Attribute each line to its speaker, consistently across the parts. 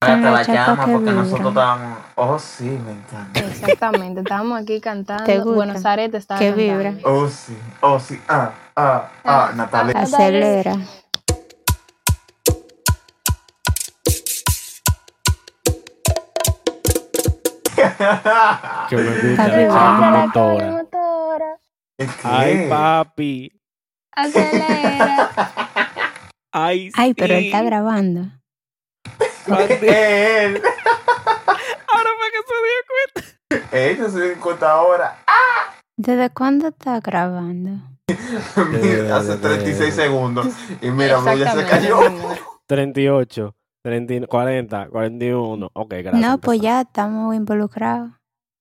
Speaker 1: hasta la
Speaker 2: muchacha
Speaker 1: llama
Speaker 2: que
Speaker 1: porque nosotros
Speaker 2: vibra.
Speaker 1: estábamos. Oh, sí, me encanta.
Speaker 3: Exactamente, estábamos aquí cantando.
Speaker 2: ¿Te gusta?
Speaker 3: Buenos Aires te estaba
Speaker 2: ¿Qué
Speaker 3: cantando.
Speaker 2: vibra?
Speaker 1: Oh, sí, oh, sí. Ah, ah, ah, Natalia.
Speaker 2: Acelera.
Speaker 4: Que me gusta
Speaker 2: Está
Speaker 4: la chava eh?".
Speaker 2: vibrando.
Speaker 4: motora.
Speaker 3: motora.
Speaker 1: ¿Qué?
Speaker 4: Ay, papi.
Speaker 3: Acelera.
Speaker 4: Ay,
Speaker 2: Ay, pero él
Speaker 4: sí.
Speaker 2: está grabando.
Speaker 4: Papi,
Speaker 1: Él,
Speaker 4: Ahora fue que se dio cuenta.
Speaker 1: él no se dio cuenta ahora.
Speaker 2: ¿Desde cuándo está grabando?
Speaker 1: Mira, hace 36 segundos. Y mira, pues ya se cayó.
Speaker 3: señor.
Speaker 4: 38, 30, 40, 41. Ok, gracias.
Speaker 2: no, pues
Speaker 4: empezamos.
Speaker 2: ya estamos involucrados.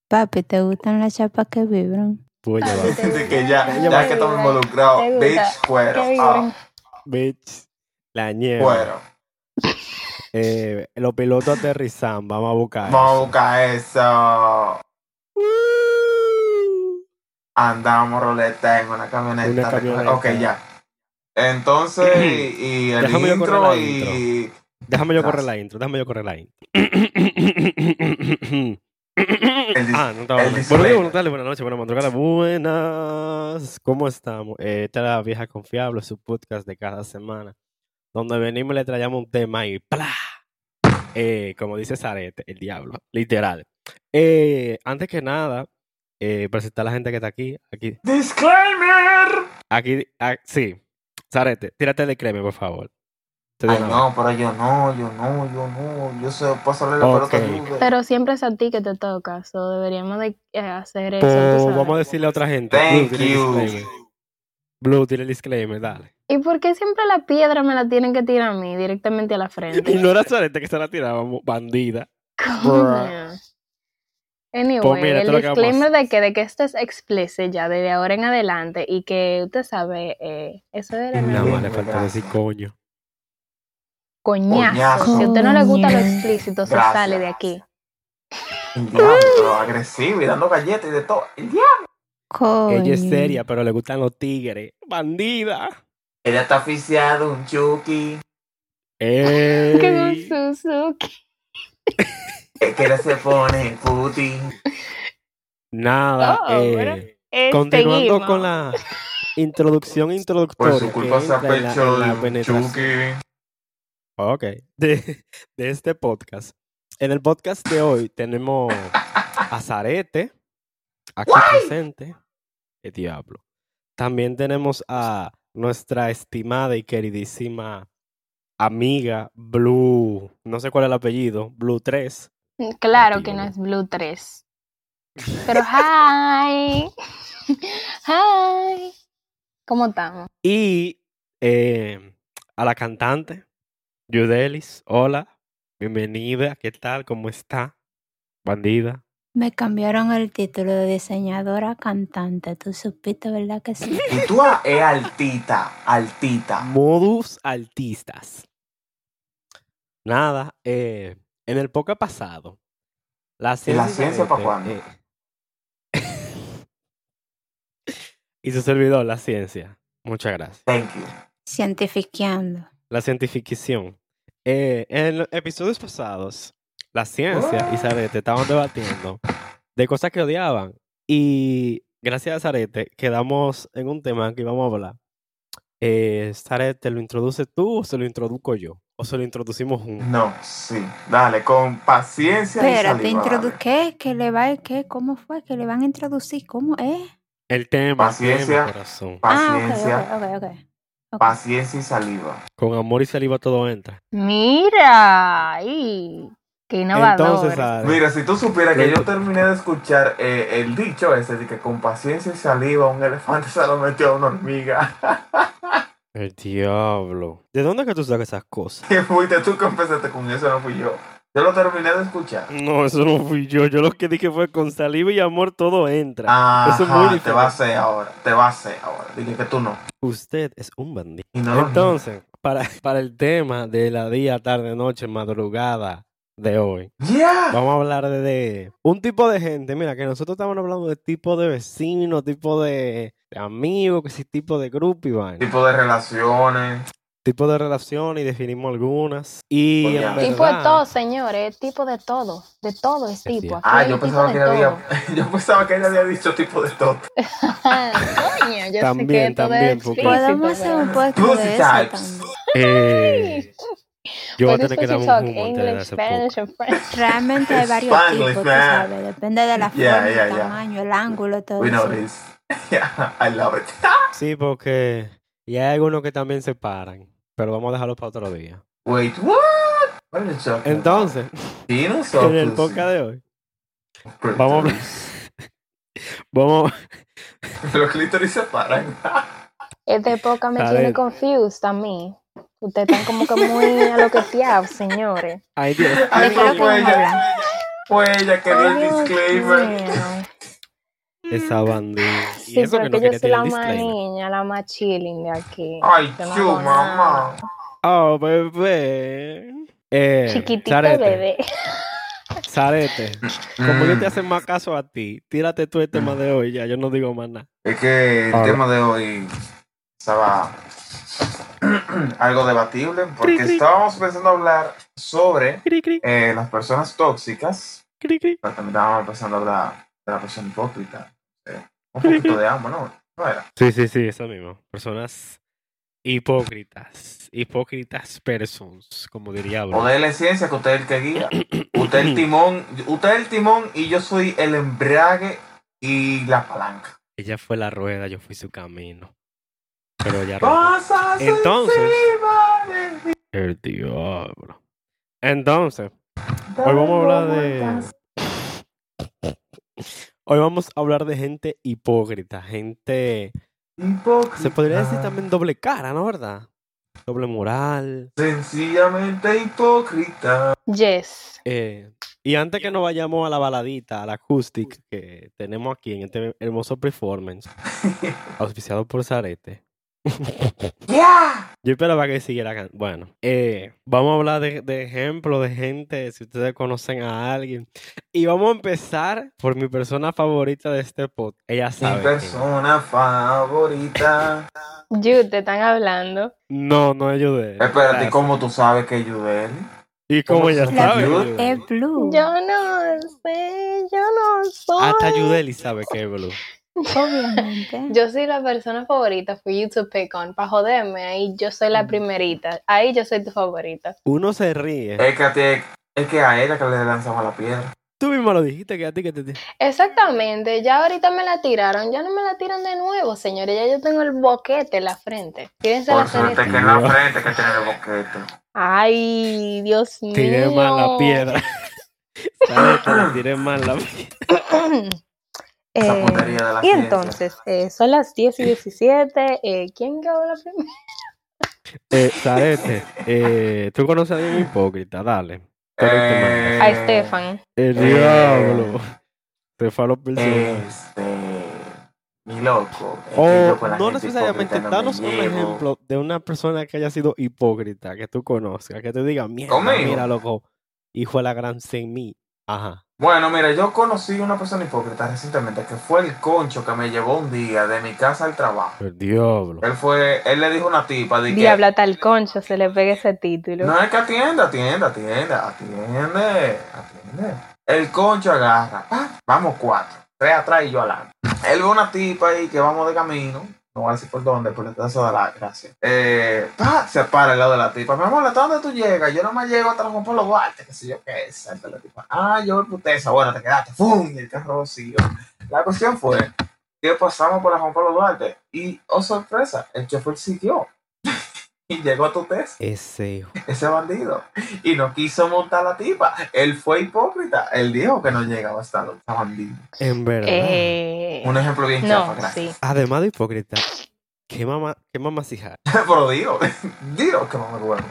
Speaker 2: Papi, ¿te gustan las chapas que vibran?
Speaker 4: Puedo llevar.
Speaker 1: Dice que ya, ya que estamos
Speaker 3: ¿Te
Speaker 1: involucrados.
Speaker 3: gusta?
Speaker 1: Bitch, cuero.
Speaker 3: Qué
Speaker 1: Ah,
Speaker 3: vibra.
Speaker 4: Bitch. La nieve.
Speaker 1: cuero.
Speaker 4: Eh, los pilotos aterrizan. Vamos a buscar.
Speaker 1: Vamos a
Speaker 4: eso.
Speaker 1: buscar eso. Andamos roleta en una camioneta.
Speaker 4: Una camioneta.
Speaker 1: Ok, ya. Entonces, y, y el
Speaker 4: Déjame yo
Speaker 1: intro
Speaker 4: correr la
Speaker 1: y.
Speaker 4: Déjame yo correr
Speaker 1: Gracias.
Speaker 4: la intro. Déjame yo correr la intro.
Speaker 1: dis-
Speaker 4: ah, no estaba.
Speaker 1: el
Speaker 4: bueno. Buenos días,
Speaker 1: disclaimer.
Speaker 4: buenas tardes, buenas noches, buenas madrugadas, buenas. ¿Cómo estamos? Eh, esta es la vieja confiable, su podcast de cada semana, donde venimos y le traemos un tema y ¡plá! Eh, como dice Zarete, el diablo, literal. Eh, antes que nada, eh, presentar a la gente que está aquí. Aquí,
Speaker 1: ¡Disclaimer!
Speaker 4: aquí, ah, sí. Zarete, tírate de creme, por favor. Te
Speaker 1: Ay,
Speaker 4: digo nada.
Speaker 1: no, pero yo no, yo no, yo no. Yo sé, pasarle la
Speaker 4: Ok.
Speaker 1: pelota a Juve.
Speaker 3: Pero siempre es a ti que te toca, so deberíamos de eh, hacer eso. tú
Speaker 4: Pues,
Speaker 3: sabes.
Speaker 4: vamos a decirle a otra gente.
Speaker 1: Thank
Speaker 4: Blue, dile el
Speaker 1: you.
Speaker 4: disclaimer. Blue, dile el disclaimer, dale.
Speaker 3: ¿Y por qué siempre la piedra me la tienen que tirar a mí directamente a la
Speaker 4: Y
Speaker 3: frente?
Speaker 4: no era Zarete que se la tirábamos, bandida.
Speaker 3: Coño. Anyway,
Speaker 4: Pues mira,
Speaker 3: el
Speaker 4: esto es lo que vamos a
Speaker 3: disclaimer
Speaker 4: hacer.
Speaker 3: de que, de que esto es explícito ya desde ahora en adelante y que usted sabe, eh, eso era
Speaker 4: Nada
Speaker 3: nada.
Speaker 4: más le faltó decir coño.
Speaker 3: coñazo.
Speaker 1: Coñazo.
Speaker 3: Si a usted no le gusta lo
Speaker 2: Coño.
Speaker 3: explícito, se
Speaker 1: Gracias.
Speaker 3: sale de aquí.
Speaker 1: El diablo, pero agresivo y dando galletas y de todo. El diablo.
Speaker 2: Coño.
Speaker 4: Ella es seria, pero le gustan los tigres. ¡Bandida!
Speaker 1: Ella está aficiado, un chuki.
Speaker 3: Que un
Speaker 4: ¡Ey!
Speaker 3: Suzuki.
Speaker 1: Es que ella se pone Putin.
Speaker 4: Nada.
Speaker 3: Oh,
Speaker 4: eh,
Speaker 3: bueno, Este
Speaker 4: continuando
Speaker 3: guismo.
Speaker 4: con la introducción introductoria.
Speaker 1: Por su culpa
Speaker 4: que
Speaker 1: se
Speaker 4: entra en la- en
Speaker 1: apechó
Speaker 4: la
Speaker 1: el
Speaker 4: penetración.
Speaker 1: chuki.
Speaker 4: Ok. De, de este podcast. En el podcast de hoy tenemos a Zarete, aquí presente. El diablo. También tenemos a nuestra estimada y queridísima amiga Blue. No sé cuál es el apellido. Blue 3.
Speaker 3: Mm, Claro que
Speaker 4: Contigo,
Speaker 3: no
Speaker 4: ¿no?
Speaker 3: es Blue 3. Pero hi. hi. ¿Cómo estamos?
Speaker 4: Y eh, a la cantante, Yudelis. Hola. Bienvenida. ¿Qué tal? ¿Cómo está? Bandida.
Speaker 2: Me cambiaron el título de diseñadora a cantante. Tú supiste, ¿verdad que sí?
Speaker 1: Y tú ah, es altita, altita.
Speaker 4: Modus altistas. Nada, eh, en el poca pasado. La ciencia,
Speaker 1: la ciencia pa' cuándo?
Speaker 4: eh, y su servidor, la ciencia. Muchas gracias.
Speaker 1: Thank you.
Speaker 2: Cientifiqueando.
Speaker 4: La cientificación. Eh, en los episodios pasados, la ciencia y Zarete estaban debatiendo de cosas que odiaban. Y gracias a Zarete quedamos en un tema que íbamos a hablar. Eh, Zarete, ¿lo introduces tú o se lo introduzco yo? ¿O se lo introducimos juntos?
Speaker 1: No, sí. Dale, con paciencia y
Speaker 2: Pero te
Speaker 1: saliva,
Speaker 2: introdu
Speaker 1: dale.
Speaker 2: ¿Qué? ¿Qué le va a qué? ¿Cómo fue? ¿Que le van a introducir? ¿Cómo es?
Speaker 4: El tema, el tema,
Speaker 1: Paciencia.
Speaker 4: corazón.
Speaker 1: Paciencia,
Speaker 2: Ah, ok, ok, ok, ok. ok.
Speaker 1: paciencia y saliva.
Speaker 4: Con amor y saliva todo entra.
Speaker 3: Mira, ay, qué innovador.
Speaker 4: Entonces, ah, Zarete,
Speaker 1: Mira, si tú supieras que
Speaker 4: Pero-
Speaker 1: yo terminé de escuchar eh, el dicho ese de que con paciencia y saliva un elefante se lo metió a una hormiga.
Speaker 4: el diablo. ¿De dónde es que tú sacas esas cosas?
Speaker 1: Que fuiste tú que empezaste con eso, no fui yo. Yo lo terminé de escuchar.
Speaker 4: No, eso no fui yo. Yo lo que dije fue con saliva y amor todo entra.
Speaker 1: Ah,
Speaker 4: Eso es muy
Speaker 1: te va a
Speaker 4: diferente.
Speaker 1: hacer ahora, te va a hacer ahora. Dije que tú no.
Speaker 4: Usted es un bandido.
Speaker 1: Y no lo
Speaker 4: Entonces, para, para el tema de la día, tarde, noche, madrugada de hoy,
Speaker 1: ¡Ya!
Speaker 4: vamos a hablar de, de un tipo de gente. Mira, que nosotros estamos hablando de tipo de vecino, tipo de, de amigo, que sí, tipo de grupo y vaina.
Speaker 1: Tipo de relaciones.
Speaker 4: Tipo de relación y definimos algunas. Y
Speaker 1: Oye,
Speaker 4: en
Speaker 1: Es
Speaker 3: Tipo de
Speaker 4: verdad-
Speaker 3: todo, señores, tipo de todo, de todo es
Speaker 4: Es
Speaker 3: tipo.
Speaker 4: cierto.
Speaker 3: Aquí
Speaker 1: Ah,
Speaker 3: hay
Speaker 1: yo
Speaker 3: tipo
Speaker 1: pensaba,
Speaker 3: de
Speaker 1: que él había, yo pensaba que él había dicho tipo de todo.
Speaker 3: todo. Ah, Coño, yo sé que
Speaker 4: También,
Speaker 3: todo es
Speaker 4: también, porque-
Speaker 3: explícito,
Speaker 2: Podemos hacer un
Speaker 3: pero-
Speaker 2: podcast de eso
Speaker 1: Pussy
Speaker 2: también.
Speaker 4: Eh, yo voy a
Speaker 3: Pues
Speaker 4: tener que dar
Speaker 3: después you
Speaker 4: un
Speaker 3: talk
Speaker 4: humo antes de dar
Speaker 3: English,
Speaker 4: ese
Speaker 3: Spanish
Speaker 4: podcast.
Speaker 3: and French.
Speaker 2: Realmente hay varios
Speaker 1: Spanglish,
Speaker 2: tipos, tú
Speaker 1: man.
Speaker 2: sabes. Depende de la forma,
Speaker 1: Yeah, yeah,
Speaker 2: el
Speaker 1: yeah.
Speaker 2: tamaño, el ángulo, todo
Speaker 1: We know
Speaker 2: eso.
Speaker 1: this. Yeah, I love it.
Speaker 4: Sí, porque. Y hay algunos que también se paran. Pero vamos a dejarlo para otro día.
Speaker 1: Wait, what? What are you talking
Speaker 4: Entonces,
Speaker 1: about? Penis or
Speaker 4: en el
Speaker 1: pussy?
Speaker 4: podcast de hoy, vamos a hablar. Vamos,
Speaker 1: Los clítoris se paran.
Speaker 3: Esta época me
Speaker 4: A
Speaker 3: tiene
Speaker 4: ver.
Speaker 3: confused a mí. Ustedes están como que muy aloqueteados, señores.
Speaker 4: ay Dios,
Speaker 1: Ay, pues,
Speaker 2: ¿De qué es lo que
Speaker 1: fue
Speaker 2: vamos a
Speaker 1: ella.
Speaker 2: hablar?
Speaker 1: Fue ella pues, que dio el
Speaker 3: Dios
Speaker 1: disclaimer.
Speaker 3: mío.
Speaker 4: esa bandida.
Speaker 3: Sí,
Speaker 4: y eso que
Speaker 3: porque
Speaker 4: no
Speaker 3: yo
Speaker 4: quería
Speaker 3: soy
Speaker 4: tirar
Speaker 3: la
Speaker 4: el
Speaker 3: más
Speaker 4: disclaimer.
Speaker 3: niña, la más chilling de aquí.
Speaker 1: Ay,
Speaker 3: Yo no
Speaker 1: chu,
Speaker 3: hago nada.
Speaker 1: mamá.
Speaker 4: Oh, bebé. Eh,
Speaker 3: Chiquitita
Speaker 4: Zarete,
Speaker 3: bebé.
Speaker 4: Zarete, como yo
Speaker 1: Mm,
Speaker 4: te hacen más caso a ti, tírate tú el tema de hoy ya, yo no digo más nada.
Speaker 1: Es que el
Speaker 4: A ver.
Speaker 1: tema de hoy estaba algo debatible porque estábamos pensando hablar sobre
Speaker 4: Cri, cri,
Speaker 1: eh, las personas tóxicas,
Speaker 4: cri, cri.
Speaker 1: pero también estábamos pensando hablar de la persona hipócrita. eh, un poquito de ambos, ¿no? No era.
Speaker 4: Sí, sí, sí, eso mismo. Personas hipócritas. Hipócritas persons, como diría
Speaker 1: O
Speaker 4: Bruno.
Speaker 1: déle ciencia que usted es el que guía. Usted es el timón, usted es el timón y yo soy el embrague y la palanca.
Speaker 4: Ella fue la rueda, yo fui su camino. Pero ya
Speaker 1: Pasas
Speaker 4: Entonces-
Speaker 1: encima de mí,
Speaker 4: El diablo. Entonces, hoy vamos a hablar de. Hoy vamos a hablar de gente hipócrita, gente.
Speaker 1: Hipócrita.
Speaker 4: Se podría
Speaker 1: Ah.
Speaker 4: decir también doble cara, ¿no? ¿Verdad? Doble moral.
Speaker 1: Sencillamente hipócrita.
Speaker 3: Yes.
Speaker 4: eh, Y antes que nos vayamos a la baladita, a la acústica que tenemos aquí en este hermoso performance, auspiciado por Zarete.
Speaker 1: ¡Ya!
Speaker 4: Yo esperaba que siguiera can- Bueno, eh, vamos a hablar de, de ejemplo de gente, si ustedes conocen a alguien. Y vamos a empezar por mi persona favorita de este podcast. Ella
Speaker 1: Mi
Speaker 4: sabe. quién es. eh.
Speaker 1: persona favorita.
Speaker 3: Jude, te están hablando.
Speaker 4: No, no es Yudel.
Speaker 1: Espérate,
Speaker 4: Gracias.
Speaker 1: ¿cómo tú sabes que ayudé?
Speaker 4: ¿Y cómo ella
Speaker 1: ¿Cómo
Speaker 4: sabe?
Speaker 1: se llama?
Speaker 4: que es
Speaker 2: Es
Speaker 4: Yudel?
Speaker 2: blue.
Speaker 3: Yo no sé, yo no soy.
Speaker 4: Hasta Yudeli sabe que es Blue.
Speaker 2: Obviamente.
Speaker 3: Yo soy la persona favorita for you to pick on. Para joderme, ahí yo soy
Speaker 4: Mm.
Speaker 3: la primerita. Ahí yo soy tu favorita.
Speaker 4: Uno se ríe.
Speaker 1: Es que, a ti- es que a ella que le lanzamos la piedra.
Speaker 4: Tú mismo lo dijiste que a ti que te.
Speaker 3: Exactamente, ya ahorita me la tiraron, ya no me la tiran de nuevo, señores, ya yo tengo el boquete en la frente. Tírense la
Speaker 1: Por suerte
Speaker 3: frente.
Speaker 1: que en la frente que tiene el boquete.
Speaker 3: Ay, Dios mío.
Speaker 4: Tiré mal la piedra. Zarete, le tiré mal la piedra.
Speaker 1: Esa
Speaker 3: Eh,
Speaker 1: putería de la
Speaker 3: y
Speaker 1: ciencia.
Speaker 3: entonces, eh, son las 10 y 17. eh, ¿Quién que habla primero?
Speaker 4: Eh, Zarete, eh, tú conoces a alguien hipócrita, dale. Tú eres el que manda.
Speaker 1: Eh,
Speaker 3: A Estefan.
Speaker 4: El
Speaker 1: Eh,
Speaker 4: diablo. Se fue a los personajes.
Speaker 1: Este. Mi loco. es que
Speaker 4: O
Speaker 1: yo con la
Speaker 4: no
Speaker 1: gente hipócrita
Speaker 4: necesariamente,
Speaker 1: no me
Speaker 4: danos un
Speaker 1: llevo.
Speaker 4: ejemplo de una persona que haya sido hipócrita, que tú conozcas, que te diga, mierda,
Speaker 1: Conmigo.
Speaker 4: mira, loco, hijo de la gran sin mí. Ajá.
Speaker 1: Bueno, mira, yo conocí una persona hipócrita recientemente que fue el concho que me llevó un día de mi casa al trabajo.
Speaker 4: El diablo.
Speaker 1: Él fue, él le dijo a una tipa, de que,
Speaker 3: Diabla tal concho, se le pega ese título.
Speaker 1: eh, No es que atienda, atienda, atienda, atiende, atiende. El concho agarra, pa, vamos cuatro, tres atrás y yo adelante. Él ve una tipa ahí que vamos de camino, no voy a decir por dónde, por la plaza de la gracia. Eh, pa, se para al lado de la tipa, mi amor, ¿hasta dónde tú llegas? Yo no me llego hasta los Pablo Duarte, qué sé yo qué es. Salta la tipa, ah, yo voy por esa, bueno, te quedaste, ¡fum! Y el carro siguió. La cuestión fue que pasamos por la Juan Pablo Duarte y, oh sorpresa, el chofer siguió y llegó a tu tesa
Speaker 4: Ese hijo.
Speaker 1: ese bandido y no quiso montar la tipa. Él fue hipócrita. Él dijo que no llegaba hasta los bandidos.
Speaker 4: En verdad.
Speaker 3: Eh,
Speaker 1: Un ejemplo bien chafa,
Speaker 3: no,
Speaker 1: gracias.
Speaker 3: sí.
Speaker 4: Además de hipócrita, qué mamá, qué mamasija.
Speaker 1: Pero dilo, dilo que no me acuerdo.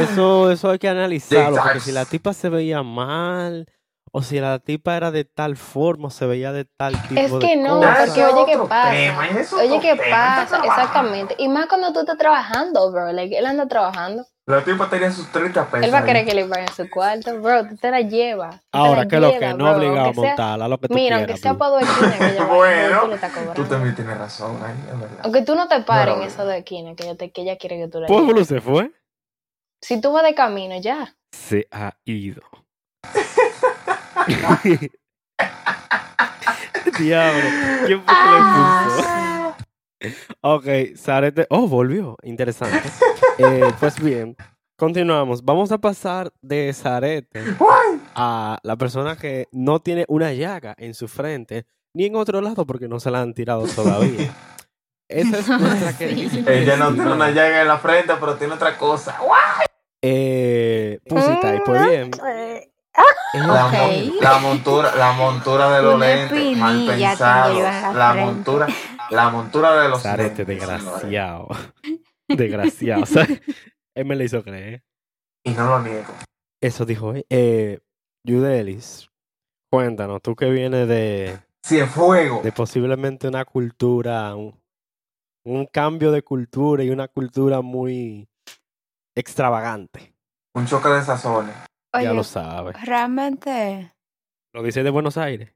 Speaker 4: Eso, eso hay que analizarlo, porque
Speaker 1: Exacto.
Speaker 4: si la tipa se veía mal, o si la tipa era de tal forma, o se veía de tal tipo
Speaker 3: Es
Speaker 4: de
Speaker 3: que no,
Speaker 4: cosa.
Speaker 1: Eso
Speaker 3: porque
Speaker 1: es
Speaker 3: oye qué
Speaker 1: otro
Speaker 3: pasa.
Speaker 1: tema, eso es
Speaker 3: oye
Speaker 1: otro
Speaker 3: qué
Speaker 1: tema, está
Speaker 3: pasa,
Speaker 1: trabajando.
Speaker 3: exactamente. Y más cuando tú estás trabajando, bro. Like, él anda trabajando.
Speaker 1: La tipa tenía sus 30 pesos.
Speaker 3: Él va a
Speaker 1: ahí.
Speaker 3: querer que le paguen su cuarto, bro. Tú te la llevas. tú te
Speaker 4: Ahora,
Speaker 3: la
Speaker 4: que lo que
Speaker 3: llevas,
Speaker 4: no
Speaker 3: bro,
Speaker 4: obligado a
Speaker 3: aunque sea-
Speaker 4: montarla, lo que tú
Speaker 3: Mira, aunque
Speaker 4: quieras.
Speaker 3: sea
Speaker 4: bro.
Speaker 3: para dos esquinas que ella vaya,
Speaker 1: Bueno,
Speaker 3: tú le estás
Speaker 1: Tú
Speaker 3: cobrando.
Speaker 1: también tienes razón ahí, es verdad.
Speaker 3: Aunque tú no te
Speaker 1: No
Speaker 3: pares
Speaker 1: era
Speaker 3: en eso de esquina que, yo te- que ella quiere que tú la lleves.
Speaker 4: Pueblo se fue.
Speaker 3: Si tú vas de camino, ya.
Speaker 4: Se ha ido. Diablo. ¿Quién fue que le puso?
Speaker 1: Ah.
Speaker 4: Ok, Zarete. Oh, volvió. Interesante. Eh, pues bien, continuamos. Vamos a pasar de Zarete
Speaker 1: Guay.
Speaker 4: a la persona que no tiene una llaga en su frente ni en otro lado porque no se la han tirado todavía. Esa es nuestra
Speaker 2: Sí.
Speaker 4: queridísima
Speaker 1: Ella no tiene una
Speaker 4: estimada,
Speaker 1: llaga en la frente, pero tiene otra cosa. Guay.
Speaker 4: Eh, Pussy Type, pues bien.
Speaker 1: Eh. La,
Speaker 2: Ok.
Speaker 1: mon- la montura, la montura de los
Speaker 2: Una
Speaker 1: lentes, mal
Speaker 2: espinilla
Speaker 1: pensado.
Speaker 2: tengo yo en la
Speaker 1: La,
Speaker 2: frente.
Speaker 1: montura, la montura de los
Speaker 4: Zarete,
Speaker 1: lentes, señores.
Speaker 4: este desgraciado. desgraciado. o sea, él me lo hizo creer.
Speaker 1: Y no lo niego.
Speaker 4: Eso dijo él. Eh, Judelis, cuéntanos, tú que vienes de,
Speaker 1: Cienfuego.
Speaker 4: de posiblemente una cultura, un, un cambio de cultura y una cultura muy extravagante.
Speaker 1: Un choque de sazones.
Speaker 4: ya
Speaker 2: Oye,
Speaker 4: lo sabes.
Speaker 2: realmente,
Speaker 4: Lo dice de Buenos Aires.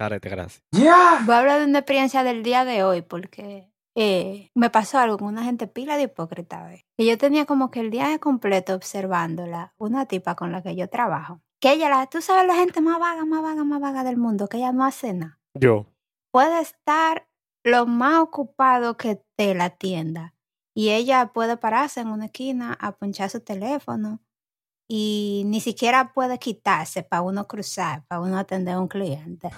Speaker 4: Zarete, gracias.
Speaker 1: ¡Ya!
Speaker 2: voy a hablar de una experiencia del día de hoy porque eh, me pasó algo con una gente pila de hipócrita. ¿ve? Que yo tenía como que el día completo observándola, una tipa con la que yo trabajo. Que ella, la, tú sabes, la gente más vaga, más vaga, más vaga del mundo, que ella no hace nada.
Speaker 4: Yo.
Speaker 2: puede estar lo más ocupado que te la tienda. Y ella puede pararse en una esquina a punchar su teléfono y ni siquiera puede quitarse para uno cruzar, para uno atender a un cliente.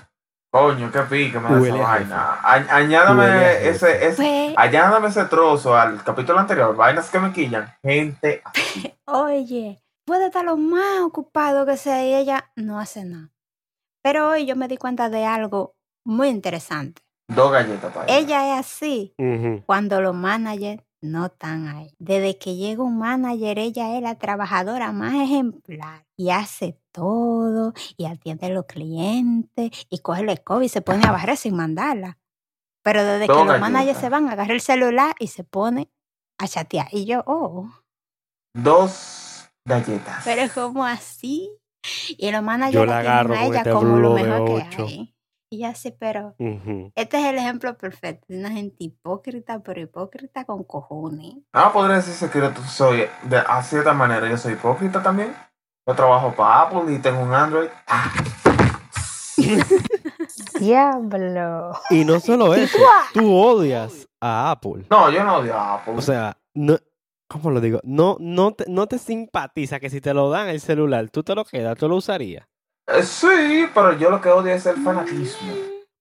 Speaker 1: Coño, qué pique me da
Speaker 4: Huele
Speaker 1: esa
Speaker 4: a
Speaker 1: vaina. A- añádame
Speaker 4: Huele a
Speaker 1: ese, ese,
Speaker 2: Pues,
Speaker 1: añádame ese trozo al capítulo anterior. Vainas que me quillan. Gente.
Speaker 2: oye, puede estar lo más ocupado que sea y ella no hace nada. Pero hoy yo me di cuenta de algo muy interesante.
Speaker 1: Dos galletas para ella.
Speaker 2: Ella es así cuando los managers no están ahí. Desde que llega un manager, ella es la trabajadora más ejemplar y hace todo y atiende a los clientes y coge el COVID y se pone a barrer sin mandarla. Pero desde que
Speaker 1: Toma,
Speaker 2: los managers
Speaker 1: Yuka.
Speaker 2: se van, agarra el celular y se pone a chatear. Y yo, oh,
Speaker 1: Dos galletas.
Speaker 2: pero ¿cómo así? Y los managers
Speaker 4: Yo la
Speaker 2: tienen a
Speaker 4: agarro con
Speaker 2: ella
Speaker 4: este
Speaker 2: como lo
Speaker 4: blulo de
Speaker 2: mejor que
Speaker 4: ocho.
Speaker 2: hay. Y ya sí, pero este es el ejemplo perfecto de una gente hipócrita, pero hipócrita con cojones.
Speaker 1: Ah, podría decirse que yo t- soy de a cierta manera. Yo soy hipócrita también. Yo trabajo para Apple y tengo un Android. Ah,
Speaker 3: Diablo.
Speaker 4: Y no solo eso, tú odias a Apple.
Speaker 1: No, yo no odio a Apple.
Speaker 4: O sea, no, ¿cómo lo digo? No, no, te, no te simpatiza que si te lo dan el celular, tú te lo quedas, tú lo usarías.
Speaker 1: Eh, sí, pero yo lo que odio es el fanatismo.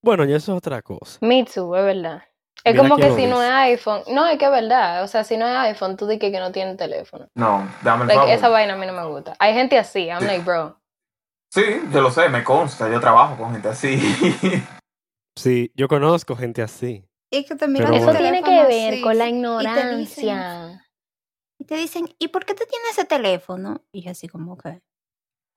Speaker 4: Bueno, y eso es otra cosa.
Speaker 3: Mitsu, es verdad. Es
Speaker 4: Mira
Speaker 3: como
Speaker 4: quién
Speaker 3: que
Speaker 4: lo
Speaker 3: si no
Speaker 4: dice.
Speaker 3: es iPhone. No, es que es verdad. O sea, si no es iPhone, tú dices que no tiene teléfono.
Speaker 1: No, dame el
Speaker 3: Like,
Speaker 1: favor.
Speaker 3: esa vaina a mí no me gusta. Hay gente así. I'm like, bro.
Speaker 1: Sí, yo lo sé, me consta. Yo trabajo con gente así.
Speaker 4: Sí, yo conozco gente así.
Speaker 2: Y que te miran
Speaker 4: Pero
Speaker 2: el
Speaker 3: Eso
Speaker 4: bueno.
Speaker 3: tiene que
Speaker 2: teléfono
Speaker 3: ver
Speaker 2: así,
Speaker 3: con la
Speaker 2: sí, y te dicen-
Speaker 3: ignorancia.
Speaker 2: Y te dicen, ¿y por qué tú tienes ese teléfono? Y yo así como que...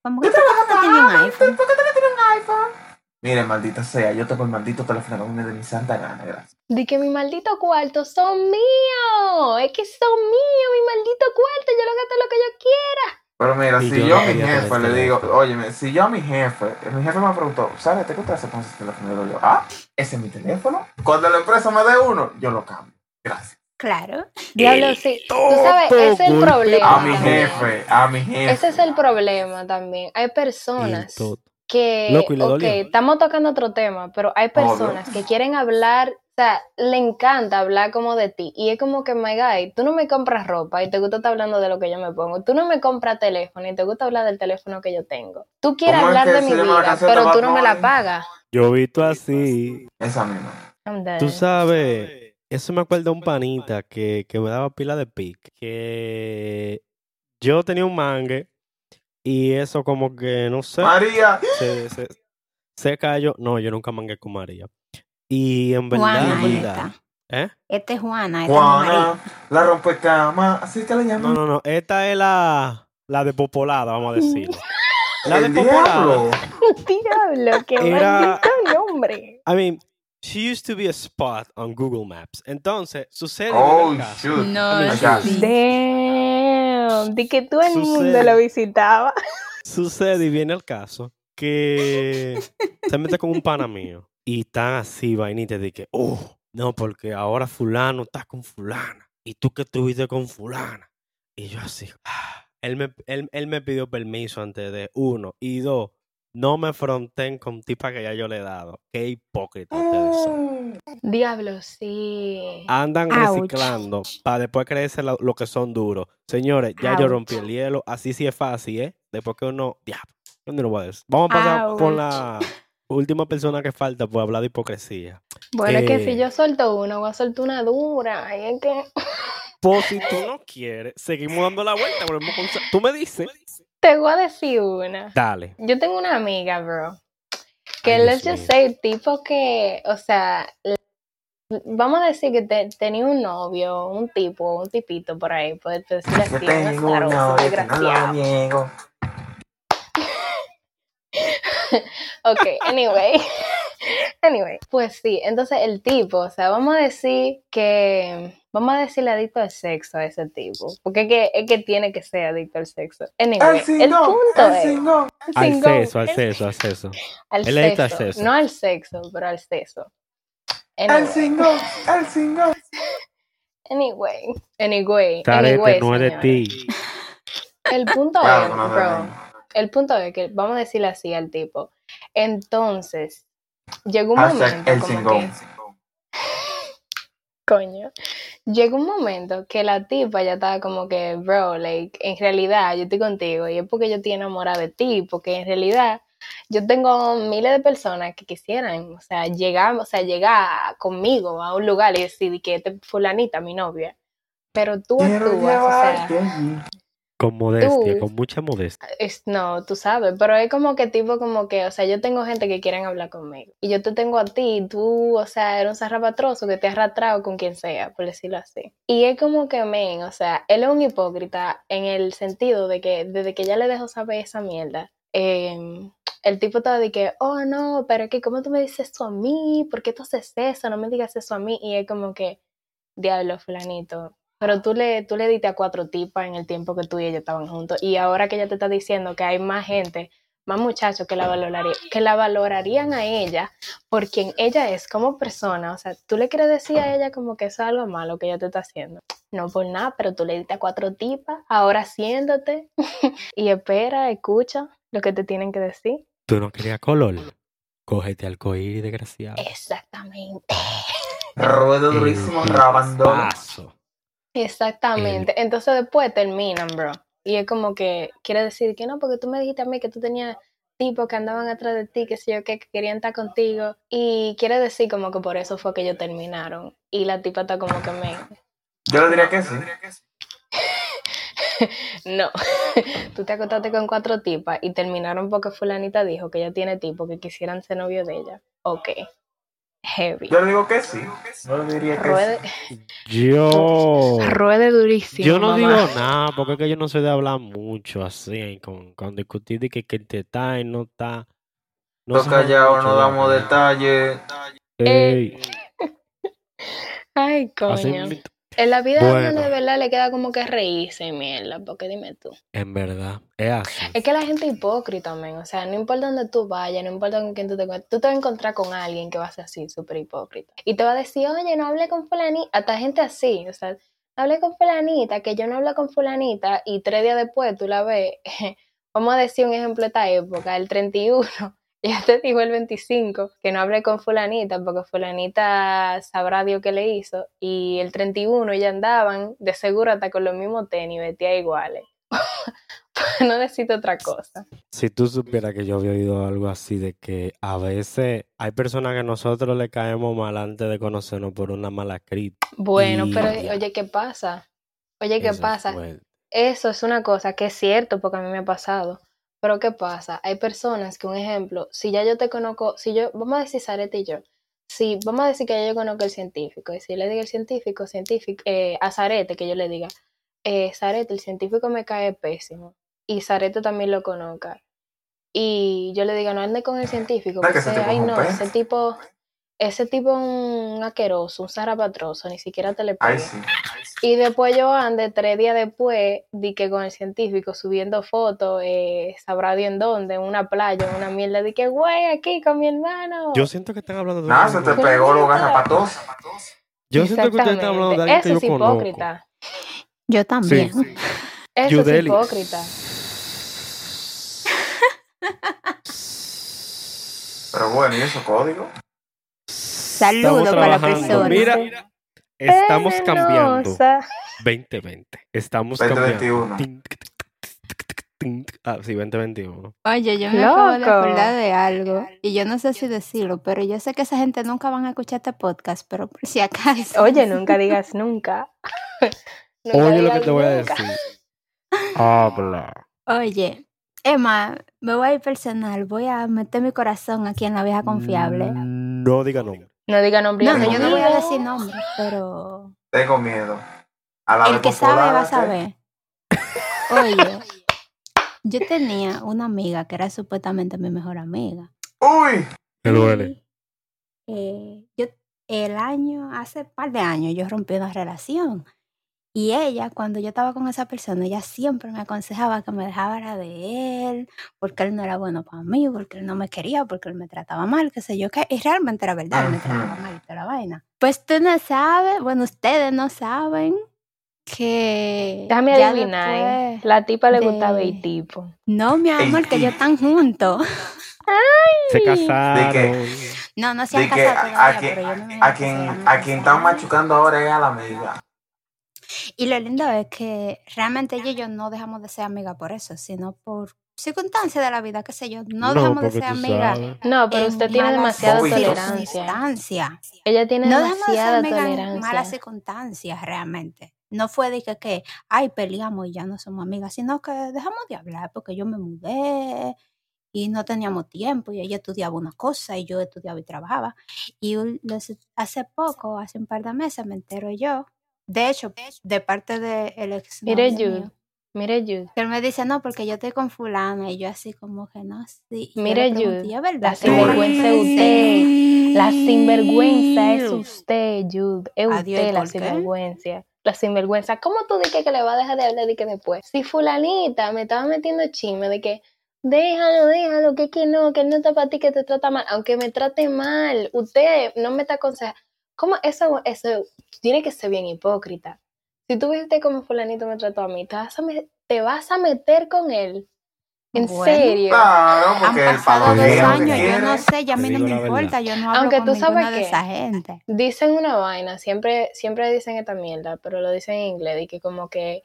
Speaker 2: Como que
Speaker 1: Yo
Speaker 2: tú
Speaker 1: trabajo
Speaker 2: no
Speaker 1: para
Speaker 2: tienes un
Speaker 1: Apple.
Speaker 2: iPhone.
Speaker 1: ¿Por qué tú no tienes un iPhone? Mire, maldita sea, yo tengo el maldito teléfono de mi santa gana, gracias.
Speaker 3: De que mi maldito cuarto son míos. Es que son míos, mi maldito cuarto. Yo lo gasto lo que yo quiero.
Speaker 1: Pero mira,
Speaker 4: Y
Speaker 1: si
Speaker 4: yo
Speaker 1: yo, a
Speaker 4: no
Speaker 1: mi
Speaker 4: quería tener
Speaker 1: jefe le
Speaker 4: este
Speaker 1: digo,
Speaker 4: teléfono.
Speaker 1: óyeme, si yo a mi jefe, eh, mi jefe me preguntó, ¿sabes qué te hace con ese teléfono? Y yo, digo, ah, ese es mi teléfono. Cuando la empresa me dé uno, yo lo cambio. Gracias.
Speaker 2: Claro.
Speaker 3: Diablo, sí. Tú sabes,
Speaker 4: Todo
Speaker 3: ese es el
Speaker 4: golpe
Speaker 3: problema.
Speaker 1: A mi
Speaker 3: también.
Speaker 1: jefe, a mi jefe.
Speaker 3: Ese es el problema también. Hay
Speaker 4: El
Speaker 3: personas
Speaker 4: todo.
Speaker 3: que.
Speaker 4: Loco, y le
Speaker 3: ok,
Speaker 4: dolió.
Speaker 3: estamos tocando otro tema, pero hay personas que quieren hablar. O sea, le encanta hablar como de ti. Y es como que, my guy, tú no me compras ropa y te gusta estar hablando de lo que yo me pongo. Tú no me compras teléfono y te gusta hablar del teléfono que yo tengo. Tú quieres
Speaker 1: ¿Cómo es
Speaker 3: hablar
Speaker 1: que
Speaker 3: de
Speaker 1: se
Speaker 3: mi
Speaker 1: llama la
Speaker 3: vida,
Speaker 1: canción de
Speaker 3: pero
Speaker 1: Bad
Speaker 3: tú no me la
Speaker 1: Bunny?
Speaker 3: pagas.
Speaker 4: Yo he visto así.
Speaker 1: Esa misma.
Speaker 3: I'm done.
Speaker 4: Tú sabes, eso me acuerda de un panita que, que me daba pila de pic. Que yo tenía un mangue y eso como que, no sé,
Speaker 1: María,
Speaker 4: se, se, se cayó. No, yo nunca mangué con María. Y en verdad,
Speaker 2: Juana
Speaker 4: en verdad.
Speaker 2: esta.
Speaker 4: ¿Eh?
Speaker 2: Esta es Juana. Esta es María.
Speaker 1: Juana, la rompecama, así que la
Speaker 4: No,
Speaker 1: llaman.
Speaker 4: no, no. Esta es la, la despopolada, vamos a decirlo. La
Speaker 1: el
Speaker 4: despopolada.
Speaker 1: diablo.
Speaker 3: Diablo, qué
Speaker 4: Era-
Speaker 3: maldito nombre.
Speaker 4: I mean, she used to be a spot on Google Maps. Entonces, sucede en
Speaker 1: Oh,
Speaker 4: el caso
Speaker 1: shoot.
Speaker 2: No,
Speaker 1: Ay, ya.
Speaker 2: sí.
Speaker 3: Damn. Dios, di que todo el mundo
Speaker 4: Sucede.
Speaker 3: lo visitaba.
Speaker 4: Sucede y viene el caso que se mete con un pana mío y están así, vainita, de que, oh, no, porque ahora fulano está con fulana y tú que estuviste con fulana. Y yo así, ah. él, me, él, él me pidió permiso antes de uno y dos, no me fronten con tipa que ya yo le he dado. Qué hipócrita ustedes son.
Speaker 3: Diablo, sí.
Speaker 4: Andan
Speaker 2: Ouch.
Speaker 4: reciclando para después creerse lo, lo que son duros. Señores, ya yo rompí el hielo. Así sí es fácil, ¿eh? Después que uno. Diablo. ¿Dónde lo voy a decir? Vamos a pasar por
Speaker 3: Ouch.
Speaker 4: la última persona que falta por hablar de hipocresía.
Speaker 3: Bueno, es que
Speaker 4: Eh.
Speaker 3: si yo suelto una, voy a soltar una dura. Y es que
Speaker 4: Por si tú no quieres, seguimos dando la vuelta. volvemos con- Tú me dices.
Speaker 3: te voy a decir una.
Speaker 4: Dale.
Speaker 3: Yo tengo una amiga, bro. Que
Speaker 4: Ay,
Speaker 3: let's
Speaker 4: Dios
Speaker 3: just
Speaker 4: mío.
Speaker 3: say, tipo que, o sea, l- vamos a decir que te- tenía un novio, un tipo, un tipito por ahí, por decirlo así,
Speaker 1: Yo
Speaker 3: un
Speaker 1: tengo
Speaker 3: asqueroso,
Speaker 1: una hora que no lo
Speaker 3: desgraciado.
Speaker 1: niego.
Speaker 3: Ok, anyway. anyway, pues sí, entonces el tipo, o sea, vamos a decir que. Vamos a decirle adicto al sexo a ese tipo. Porque es que, es que tiene que ser adicto al sexo. Anyway,
Speaker 1: El
Speaker 3: Eh, el,
Speaker 1: singón,
Speaker 3: punto
Speaker 1: el
Speaker 3: es.
Speaker 1: singón.
Speaker 3: el
Speaker 4: Al
Speaker 3: singón,
Speaker 4: sexo, al
Speaker 3: el-
Speaker 4: sexo, al sexo.
Speaker 3: al
Speaker 4: Él adicto al
Speaker 3: sexo,
Speaker 4: sexo.
Speaker 3: No al sexo, pero al sexo.
Speaker 1: El
Speaker 3: Anyway,
Speaker 1: singón, el singón.
Speaker 3: anyway, anyway, anyway,
Speaker 4: Tarete, no es de
Speaker 3: señores.
Speaker 4: ti.
Speaker 3: El punto
Speaker 1: Claro,
Speaker 3: es,
Speaker 1: no, no, no,
Speaker 3: bro,
Speaker 1: no.
Speaker 3: el punto es que vamos a decirle así al tipo. Entonces, llegó un
Speaker 1: Hashtag
Speaker 3: momento
Speaker 1: el
Speaker 3: como que,
Speaker 1: singón.
Speaker 3: coño, llegó un momento que la tipa ya estaba como que, bro, like, en realidad yo estoy contigo y es porque yo estoy enamorada de ti, porque en realidad yo tengo miles de personas que quisieran, o sea, llegar, o sea, llegar conmigo a un lugar y decir que este fulanita, mi novia, pero tú
Speaker 1: Quiero
Speaker 3: actúas, o sea,
Speaker 1: llevarte allí.
Speaker 4: Con modestia,
Speaker 3: Tú.
Speaker 4: con mucha modestia.
Speaker 3: es- no, tú sabes, pero es como que tipo como que, o sea, yo tengo gente que quieren hablar conmigo y yo te tengo a ti, y tú, o sea, eres un zarrapatroso que te has arrastrado con quien sea, por decirlo así. Y es como que, men, o sea, él es un hipócrita en el sentido de que desde que ya le dejó saber esa mierda, em, el tipo estaba de que, oh no, pero es que, ¿cómo tú me dices eso a mí? ¿Por qué tú haces eso? No me digas eso a mí. Y es como que, diablo, fulanito, pero tú le, tú le diste a cuatro tipas en el tiempo que tú y ella estaban juntos. Y ahora que ella te está diciendo que hay más gente, más muchachos que la, valoraría, que la valorarían a ella por quien ella es como persona. O sea, tú le quieres decir a ella como que eso es algo malo que ella te está haciendo. No por nada, pero tú le diste a cuatro tipas, ahora siéntate y espera, escucha lo que te tienen que decir.
Speaker 4: Tú no querías color. Cógete al cohir, desgraciado.
Speaker 3: Eh, Exactamente.
Speaker 1: Ruedo durísimo,
Speaker 4: El
Speaker 1: rabandón.
Speaker 4: paso.
Speaker 3: Exactamente. Entonces después terminan, bro. Y es como que quiere decir que no, porque tú me dijiste a mí que tú tenías tipos que andaban atrás de ti, que sé yo qué, que querían estar contigo. Y quiere decir como que por eso fue que ellos terminaron. Y la tipa está como que me...
Speaker 1: Yo le diría que sí.
Speaker 3: No, tú te acostaste con cuatro tipas y terminaron porque fulanita dijo que ella tiene tipo que quisieran ser novio de ella. Ok. Heavy.
Speaker 1: Yo le digo que sí. Yo le diría que sí.
Speaker 3: Ruede,
Speaker 4: Yo.
Speaker 3: ruede durísimo.
Speaker 4: Yo no
Speaker 3: mamá.
Speaker 4: digo nada, porque es que yo no soy de hablar mucho así, con, con discutir de que, que te está y no está. No
Speaker 1: Los
Speaker 4: somos
Speaker 1: callados
Speaker 4: mucho
Speaker 1: no
Speaker 4: de
Speaker 1: damos
Speaker 4: hablar.
Speaker 1: detalles.
Speaker 4: Ey,
Speaker 3: Ay, Eh, coño.
Speaker 4: así mismo-
Speaker 3: En la vida de uno
Speaker 4: Bueno.
Speaker 3: de verdad le queda como que reírse y mierda, porque dime tú.
Speaker 4: en verdad, es así.
Speaker 3: Es que la gente es hipócrita, men. O sea, no importa dónde tú vayas, no importa con quién tú te encuentres, tú te vas a encontrar con alguien que va a ser así, súper hipócrita. Y te va a decir, oye, no hablé con fulanita. Hasta gente así, o sea, no hablé con fulanita, que yo no hablo con fulanita, y tres días después tú la ves. Vamos a decir un ejemplo de esta época, el 31. Ya te digo el 25, que no hablé con fulanita, porque fulanita sabrá Dios qué le hizo. Y el 31 ya andaban, de seguro hasta con los mismos tenis, vestidas iguales. no necesito otra cosa.
Speaker 4: Si tú supieras que yo había oído algo así de que a veces hay personas que nosotros le caemos mal antes de conocernos por una mala crítica.
Speaker 3: Bueno,
Speaker 4: Y
Speaker 3: pero
Speaker 4: ya.
Speaker 3: oye, ¿qué pasa? Oye, ¿qué
Speaker 4: Eso es
Speaker 3: pasa?
Speaker 4: fuerte.
Speaker 3: Eso es una cosa que es cierto porque a mí me ha pasado. Pero ¿qué pasa? Hay personas que, un ejemplo, si ya yo te conozco, si yo, vamos a decir Sarete y yo, si vamos a decir que ya yo conozco el científico, y si yo le digo el científico, científico, eh, a Sarete que yo le diga, eh, Sarete, el científico me cae pésimo, y Sarete también lo conozca. Y yo le diga, no ande con el científico,
Speaker 1: No, que
Speaker 3: que
Speaker 1: ese
Speaker 3: ese-
Speaker 1: tipo es
Speaker 3: ay
Speaker 1: un
Speaker 3: no,
Speaker 1: pez".
Speaker 3: ese tipo, ese tipo es un aqueroso, un zarapatroso, ni siquiera te le
Speaker 1: Ay,
Speaker 3: pega.
Speaker 1: sí. Ay, sí.
Speaker 3: Y después Joan, de tres días después, di que con el científico subiendo fotos, eh, sabrá bien dónde, en una playa, en una mierda, di que, güey, aquí con mi hermano.
Speaker 4: Yo siento que están hablando de
Speaker 1: Nada,
Speaker 4: algo-
Speaker 1: se te pegó los zapatos.
Speaker 4: Yo siento que ustedes están hablando de alguien
Speaker 3: Exactamente.
Speaker 4: que yo
Speaker 3: Eso es
Speaker 4: conozco.
Speaker 3: hipócrita.
Speaker 2: Yo también.
Speaker 3: Eso
Speaker 4: Yudeli.
Speaker 3: es hipócrita.
Speaker 1: Pero bueno, ¿y esos códigos?
Speaker 2: Saludos
Speaker 4: Estamos
Speaker 2: para la
Speaker 4: trabajando.
Speaker 2: persona.
Speaker 4: Mira, estamos cambiando.
Speaker 3: Venenosa.
Speaker 4: 2020. Estamos cambiando.
Speaker 1: 2021.
Speaker 4: Tin, tic, tic, tic, tic, tic, tic, tic. Ah, sí, 2021.
Speaker 2: Oye, yo me acabo de
Speaker 3: Loco.
Speaker 2: acordar de algo y yo no sé si decirlo, pero yo sé que esa gente nunca van a escuchar este podcast, pero por si acaso.
Speaker 3: Oye, nunca digas nunca. Nunca
Speaker 4: Oye lo que
Speaker 3: digas
Speaker 4: te voy a
Speaker 3: nunca.
Speaker 4: decir. Habla.
Speaker 2: Oye, Emma, me voy a ir personal, voy a meter mi corazón aquí en la vieja confiable.
Speaker 4: Mm, No diga nombre.
Speaker 3: No diga nombre.
Speaker 2: No, no,
Speaker 1: Tengo
Speaker 2: yo no voy a
Speaker 1: miedo.
Speaker 2: decir nombres, pero
Speaker 1: Tengo miedo. A la
Speaker 2: el
Speaker 1: vez
Speaker 2: que sabe va
Speaker 1: popular,
Speaker 2: a
Speaker 1: ¿eh?
Speaker 2: saber. Oye, yo tenía una amiga que era supuestamente mi mejor amiga.
Speaker 1: ¡Uy!
Speaker 4: Me duele.
Speaker 2: Y, eh, yo, el año, hace par de años, yo rompí una relación. Y ella, cuando yo estaba con esa persona, ella siempre me aconsejaba que me dejara de él, porque él no era bueno para mí, porque él no me quería, porque él me trataba mal, qué sé yo qué. Y realmente era verdad, él me trataba
Speaker 1: Ujú.
Speaker 2: mal y toda la vaina. Pues tú no sabes, bueno, ustedes no saben que.
Speaker 3: Déjame
Speaker 2: ya
Speaker 3: adivinar. ¿eh?
Speaker 2: después-
Speaker 3: La tipa le
Speaker 2: de-
Speaker 3: gustaba el tipo.
Speaker 2: No, mi amor, que ellos están juntos.
Speaker 4: Se casaron.
Speaker 2: No, no se han
Speaker 1: De que
Speaker 2: casado
Speaker 1: a-
Speaker 2: todavía,
Speaker 1: a quien-
Speaker 2: pero yo me imagino
Speaker 1: A
Speaker 2: que se van
Speaker 1: quien,
Speaker 2: a
Speaker 1: a quien
Speaker 2: casar.
Speaker 1: están machucando ahora es a la amiga.
Speaker 2: Y lo lindo es que realmente ella y yo no dejamos de ser amigas por eso, sino por circunstancias de la vida, qué sé yo. No, dejamos de
Speaker 4: porque
Speaker 2: ser
Speaker 4: tú
Speaker 2: amigas.
Speaker 4: sabes.
Speaker 3: No, pero
Speaker 2: en
Speaker 3: usted tiene
Speaker 2: malas
Speaker 3: demasiada
Speaker 1: Móviles.
Speaker 3: tolerancia.
Speaker 2: circunstancias.
Speaker 3: Ella tiene
Speaker 2: No dejamos de ser
Speaker 3: demasiada
Speaker 2: amigas en malas
Speaker 3: tolerancia.
Speaker 2: circunstancias realmente. No fue de que, que, ay, peleamos y ya no somos amigas, sino que dejamos de hablar porque yo me mudé y no teníamos tiempo y ella estudiaba una cosa y yo estudiaba y trabajaba. Y un- los- hace poco, hace un par de meses, me entero yo, de hecho, de parte del el ex
Speaker 3: Mire,
Speaker 2: novio
Speaker 3: Jude.
Speaker 2: mío,
Speaker 3: Mire, Jude.
Speaker 2: que él me dice, no, porque yo estoy con fulana y yo así como que no, sí. Y yo le
Speaker 3: Mire,
Speaker 2: pregunté,
Speaker 3: Jude,
Speaker 2: "¿Y es verdad
Speaker 3: la
Speaker 2: que fulana
Speaker 3: sinvergüenza
Speaker 2: te
Speaker 3: es
Speaker 2: dice
Speaker 3: usted. La
Speaker 4: Sí.
Speaker 3: sinvergüenza es usted, Jude. Es
Speaker 2: Adiós, ¿y
Speaker 3: usted la
Speaker 2: por qué?
Speaker 3: sinvergüenza. La sinvergüenza. ¿Cómo tú dices que le va a dejar de hablar de que después? Si fulanita me estaba metiendo chisme de que déjalo, déjalo, que que no, que él no está para ti, que te trata mal, aunque me trate mal, usted no me está aconsejando. ¿Cómo eso, eso tiene que ser bien hipócrita? Si tú viste cómo fulanito me trató a mí, te vas a, me- te vas a meter con él. En
Speaker 2: Bueno.
Speaker 3: serio.
Speaker 1: Claro,
Speaker 2: Han
Speaker 1: porque el
Speaker 2: pasado
Speaker 1: pago
Speaker 2: dos
Speaker 4: es lo que
Speaker 2: años, yo
Speaker 1: quiere.
Speaker 2: no sé, ya a mí
Speaker 4: Te
Speaker 2: no
Speaker 4: digo
Speaker 2: me
Speaker 4: la
Speaker 2: importa,
Speaker 4: verdad.
Speaker 2: yo no hablo
Speaker 3: Aunque
Speaker 2: con
Speaker 3: tú sabes
Speaker 2: ninguna de
Speaker 3: que-
Speaker 2: esa gente.
Speaker 3: Dicen una vaina, siempre, siempre dicen esta mierda, pero lo dicen en inglés, y que como que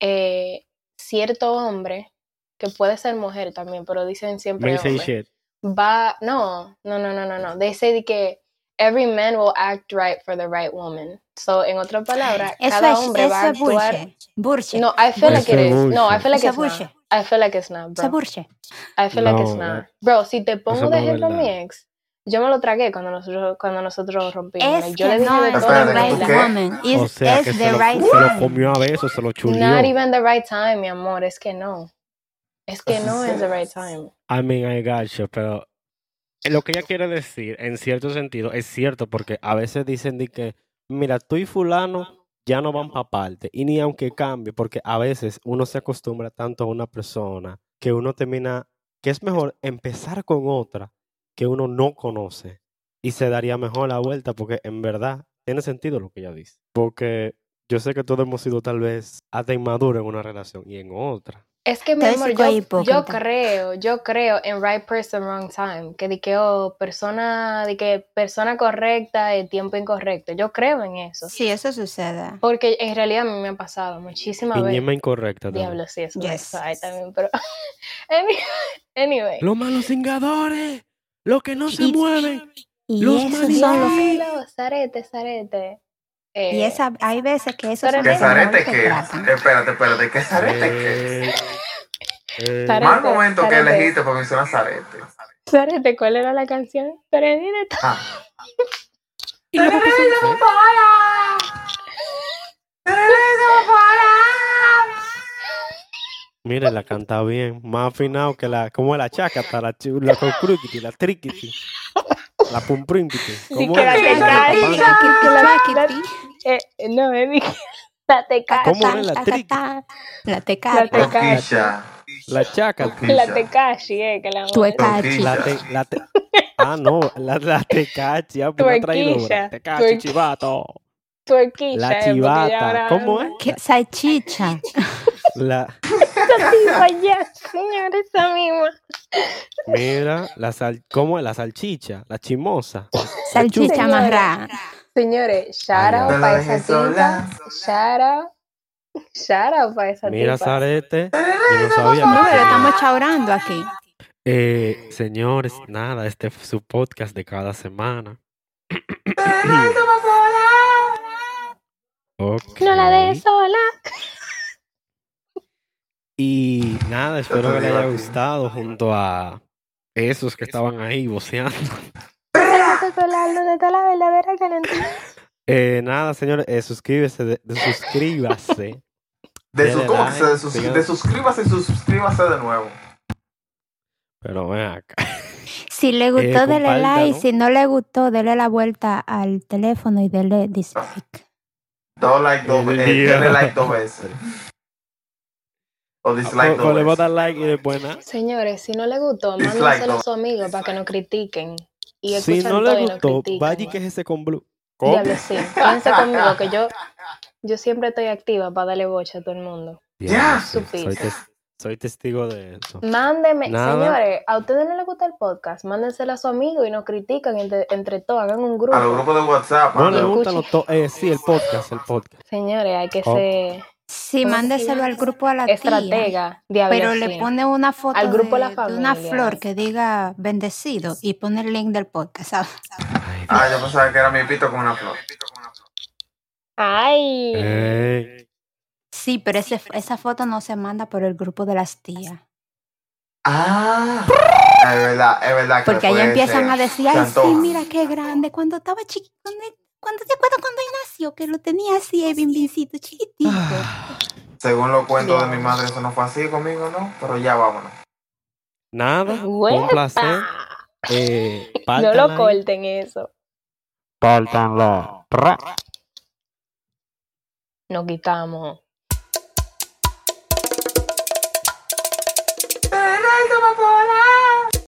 Speaker 3: eh, cierto hombre, que puede ser mujer también, pero dicen siempre
Speaker 4: Me say
Speaker 3: hombre,
Speaker 4: shit.
Speaker 3: va, no, no, no, no, no, no, they say de que every man will act right for the right woman. So, en otras palabras,
Speaker 2: Eso
Speaker 3: cada
Speaker 2: es,
Speaker 3: hombre va
Speaker 2: eso
Speaker 3: a
Speaker 2: es
Speaker 3: actuar...
Speaker 2: burche. Burche.
Speaker 3: No, I feel like
Speaker 4: Eso
Speaker 3: it
Speaker 4: es
Speaker 3: is. No, I
Speaker 4: bullshit.
Speaker 3: feel
Speaker 2: Eso
Speaker 3: like
Speaker 2: es
Speaker 3: it's not.
Speaker 2: bullshit.
Speaker 3: I feel like it's
Speaker 2: Eso
Speaker 3: not,
Speaker 2: es
Speaker 3: bro.
Speaker 2: burche.
Speaker 3: I feel like it's
Speaker 4: No,
Speaker 3: not.
Speaker 4: eh,
Speaker 3: Bro, si te pongo de
Speaker 4: eso no es
Speaker 3: ejemplo a mi
Speaker 4: verdad.
Speaker 3: ex, yo me lo tragué cuando nosotros, cuando nosotros rompimos.
Speaker 2: Es
Speaker 3: yo
Speaker 2: que
Speaker 3: le dije
Speaker 2: no
Speaker 3: de
Speaker 2: es
Speaker 3: todo
Speaker 1: Espérate,
Speaker 2: the
Speaker 1: ¿tú
Speaker 3: en
Speaker 2: right
Speaker 3: plan.
Speaker 1: qué?
Speaker 2: woman. Is-
Speaker 4: O sea, que
Speaker 2: es
Speaker 4: se
Speaker 2: the
Speaker 4: lo,
Speaker 2: right
Speaker 4: se lo
Speaker 2: woman.
Speaker 4: comió a besos, se lo chulió.
Speaker 3: Not even the right time, mi amor. Es que no. Es que
Speaker 1: Eso
Speaker 3: no
Speaker 1: sí.
Speaker 3: es the right time.
Speaker 4: I mean, I got you, pero lo que ella quiere decir, en cierto sentido, es cierto, porque a veces dicen de que, mira, tú y fulano ya no van para parte, y ni aunque cambie, porque a veces uno se acostumbra tanto a una persona que uno termina, que es mejor empezar con otra que uno no conoce, y se daría mejor la vuelta, porque en verdad tiene sentido lo que ella dice, porque yo sé que todos hemos sido tal vez hasta inmaduros en una relación y en otra.
Speaker 3: Es que, mi
Speaker 2: Te voy a decir
Speaker 3: amor,
Speaker 2: que es
Speaker 3: yo, yo
Speaker 2: e hipócrita.
Speaker 3: creo, yo creo en right person, wrong time. Que de que, oh, persona, de que persona correcta, el tiempo incorrecto. Yo creo en eso.
Speaker 2: Sí, eso sucede.
Speaker 3: Porque en realidad a mí me ha pasado muchísimas
Speaker 4: Y
Speaker 3: veces.
Speaker 4: ñema incorrecta también.
Speaker 3: Diablo, sí, eso,
Speaker 2: Yes.
Speaker 3: eso hay también, pero... anyway, anyway.
Speaker 4: Los malos cingadores, los que no se
Speaker 2: Y-
Speaker 4: mueven.
Speaker 2: Y
Speaker 4: Los
Speaker 2: esos son los
Speaker 4: maní-
Speaker 3: Diablo, Zarete, Zarete. Eh,
Speaker 2: y esa, hay veces que esos son
Speaker 3: Pero
Speaker 1: ¿Qué
Speaker 2: los
Speaker 3: Sarete
Speaker 1: zarete
Speaker 2: mejores que
Speaker 1: que?
Speaker 2: tratan.
Speaker 1: Espérate, espérate, ¿qué zarete que?
Speaker 4: Eh, eh,
Speaker 3: Sarete,
Speaker 1: Mal momento que
Speaker 3: zarete.
Speaker 1: elegiste para mencionar zarete.
Speaker 3: Zarete, ¿cuál era la canción? Zarete,
Speaker 1: Ah.
Speaker 4: y luego que son- Mira, la canta bien, más afinado que la, como la chaca, la, chu- la cocruquiti, la triquiti, la pumprímpiti.
Speaker 3: Sí,
Speaker 4: ¿Cómo
Speaker 3: que
Speaker 4: es?
Speaker 3: la
Speaker 4: Que
Speaker 3: canta
Speaker 4: la
Speaker 3: ahí.
Speaker 4: papan-
Speaker 2: Chiquiti, chiquiti.
Speaker 3: Eh, no, Eddie. La tecata.
Speaker 4: Ah, ¿Cómo es la triqui?
Speaker 2: La
Speaker 3: La
Speaker 2: tecata.
Speaker 3: teca-
Speaker 1: Loquilla.
Speaker 4: La chaca.
Speaker 1: Loquilla.
Speaker 3: La tecashi, eh, que la
Speaker 2: Tuecachi.
Speaker 4: La te, la te- ah, no, la, la tecachi, ah, pues una traidora.
Speaker 3: Tuerquilla,
Speaker 4: Tecachi,
Speaker 3: tuer-
Speaker 4: chivato.
Speaker 3: tuerquilla.
Speaker 4: La
Speaker 3: eh, porque
Speaker 4: chivata.
Speaker 3: ya ahora
Speaker 4: ¿Cómo
Speaker 3: anda-
Speaker 2: ¿Qué? Salchicha.
Speaker 4: La,
Speaker 3: Esa tipa ya, señor, esa misma.
Speaker 4: mira, la sal, ¿cómo es? La salchicha, la chimosa.
Speaker 2: Salchicha
Speaker 3: Señora.
Speaker 2: amarrada.
Speaker 3: Señores, Shara
Speaker 4: Ay,
Speaker 1: Te
Speaker 4: ya.
Speaker 1: la
Speaker 3: para
Speaker 1: dejé
Speaker 3: esa tipa.
Speaker 1: sola.
Speaker 3: Shara. Shara para esa
Speaker 4: Mira,
Speaker 3: tipa.
Speaker 4: Sarete. Yo no sabía.
Speaker 2: No,
Speaker 4: que
Speaker 2: pero
Speaker 4: tenía-
Speaker 2: estamos chaurando aquí.
Speaker 4: Eh, señores, nada, este es su podcast de cada semana. Ok.
Speaker 3: No la dejes sola.
Speaker 4: Y nada, espero que les haya
Speaker 1: divertido.
Speaker 4: gustado junto a esos que estaban ahí voceando.
Speaker 3: No la dejes sola. ¿Dónde está la verdadera calentura?
Speaker 4: Eh, nada, señores, eh, suscríbese, de- de- suscríbase.
Speaker 1: De su, ¿Cómo
Speaker 4: Dele
Speaker 1: que
Speaker 4: like,
Speaker 1: se desus-
Speaker 4: sigan.
Speaker 1: desuscríbase y suscríbase de nuevo?
Speaker 4: Pero ven acá.
Speaker 2: Si
Speaker 1: Eh,
Speaker 2: le gustó, dele like.
Speaker 4: compártalo.
Speaker 2: Si no le gustó, dele la vuelta al teléfono y dele dislike.
Speaker 1: Dos like dos
Speaker 4: El
Speaker 1: veces. eh,
Speaker 4: día.
Speaker 1: Denle like dos veces. O dislike
Speaker 4: O- o
Speaker 1: dos
Speaker 4: Ah, le voy a
Speaker 1: veces.
Speaker 4: dar like y después nada.
Speaker 3: Señores, si no le gustó,
Speaker 1: Dislike,
Speaker 3: mándenselo
Speaker 1: no.
Speaker 3: a su amigo para que no critiquen. Y
Speaker 4: Si
Speaker 3: escuchen
Speaker 4: no
Speaker 3: todo
Speaker 4: le
Speaker 3: y
Speaker 4: gustó,
Speaker 3: critiquen.
Speaker 4: vaya y quéjese con Blue. ¿Cómo?
Speaker 3: Diablo, sí. Piensa conmigo que yo, yo siempre estoy activa para darle bocha a todo el mundo.
Speaker 1: Ya.
Speaker 4: sí, soy,
Speaker 3: Supiste.
Speaker 4: tes- soy testigo de eso.
Speaker 3: Mm, Mándeme,
Speaker 4: Nada.
Speaker 3: señores, a ustedes no les gusta el podcast, mándenselo a su amigo y nos critican entre, entre todos, hagan un grupo.
Speaker 1: A los grupos de WhatsApp.
Speaker 4: No le
Speaker 1: manda-
Speaker 4: gustan
Speaker 3: escuche.
Speaker 4: los to- eh, Sí, el podcast, el podcast.
Speaker 3: Señores, hay que
Speaker 4: Oh.
Speaker 3: ser
Speaker 2: Si
Speaker 3: ¿Cómo se
Speaker 2: mándeselo
Speaker 3: llama?
Speaker 2: al grupo a la tía.
Speaker 3: pues, estratega, diablo.
Speaker 2: Pero le
Speaker 3: sí.
Speaker 2: pone una foto
Speaker 3: Al grupo
Speaker 2: de,
Speaker 3: La
Speaker 2: de una
Speaker 3: Familia.
Speaker 2: flor que diga bendecido y pone el link del podcast. ¿sabes?
Speaker 4: Ay,
Speaker 1: Ah, yo pensaba que era mi pito con una flor.
Speaker 3: Ay,
Speaker 4: Eh, Ey,
Speaker 2: Sí, pero ese- esa foto no se manda por el grupo de las tías.
Speaker 1: Ah. Es verdad, es verdad. que
Speaker 2: Porque ahí
Speaker 1: puede
Speaker 2: empiezan
Speaker 1: ser.
Speaker 2: a decir, ay,
Speaker 1: Santo.
Speaker 2: sí, mira qué grande. Cuando estaba chiquito, cuando, cuando te acuerdas cuando él nació, que lo tenía así, ahí bien biencito, chiquitito.
Speaker 1: Ah. Según los cuentos de mi
Speaker 3: Dios.
Speaker 1: madre, eso no fue así conmigo, ¿no? Pero ya vámonos.
Speaker 4: Nada, un
Speaker 3: Huepa.
Speaker 4: placer. Eh,
Speaker 3: no lo
Speaker 4: pártanla ahí.
Speaker 3: corten eso.
Speaker 4: Pártanla. Pra.
Speaker 3: Nos quitamos.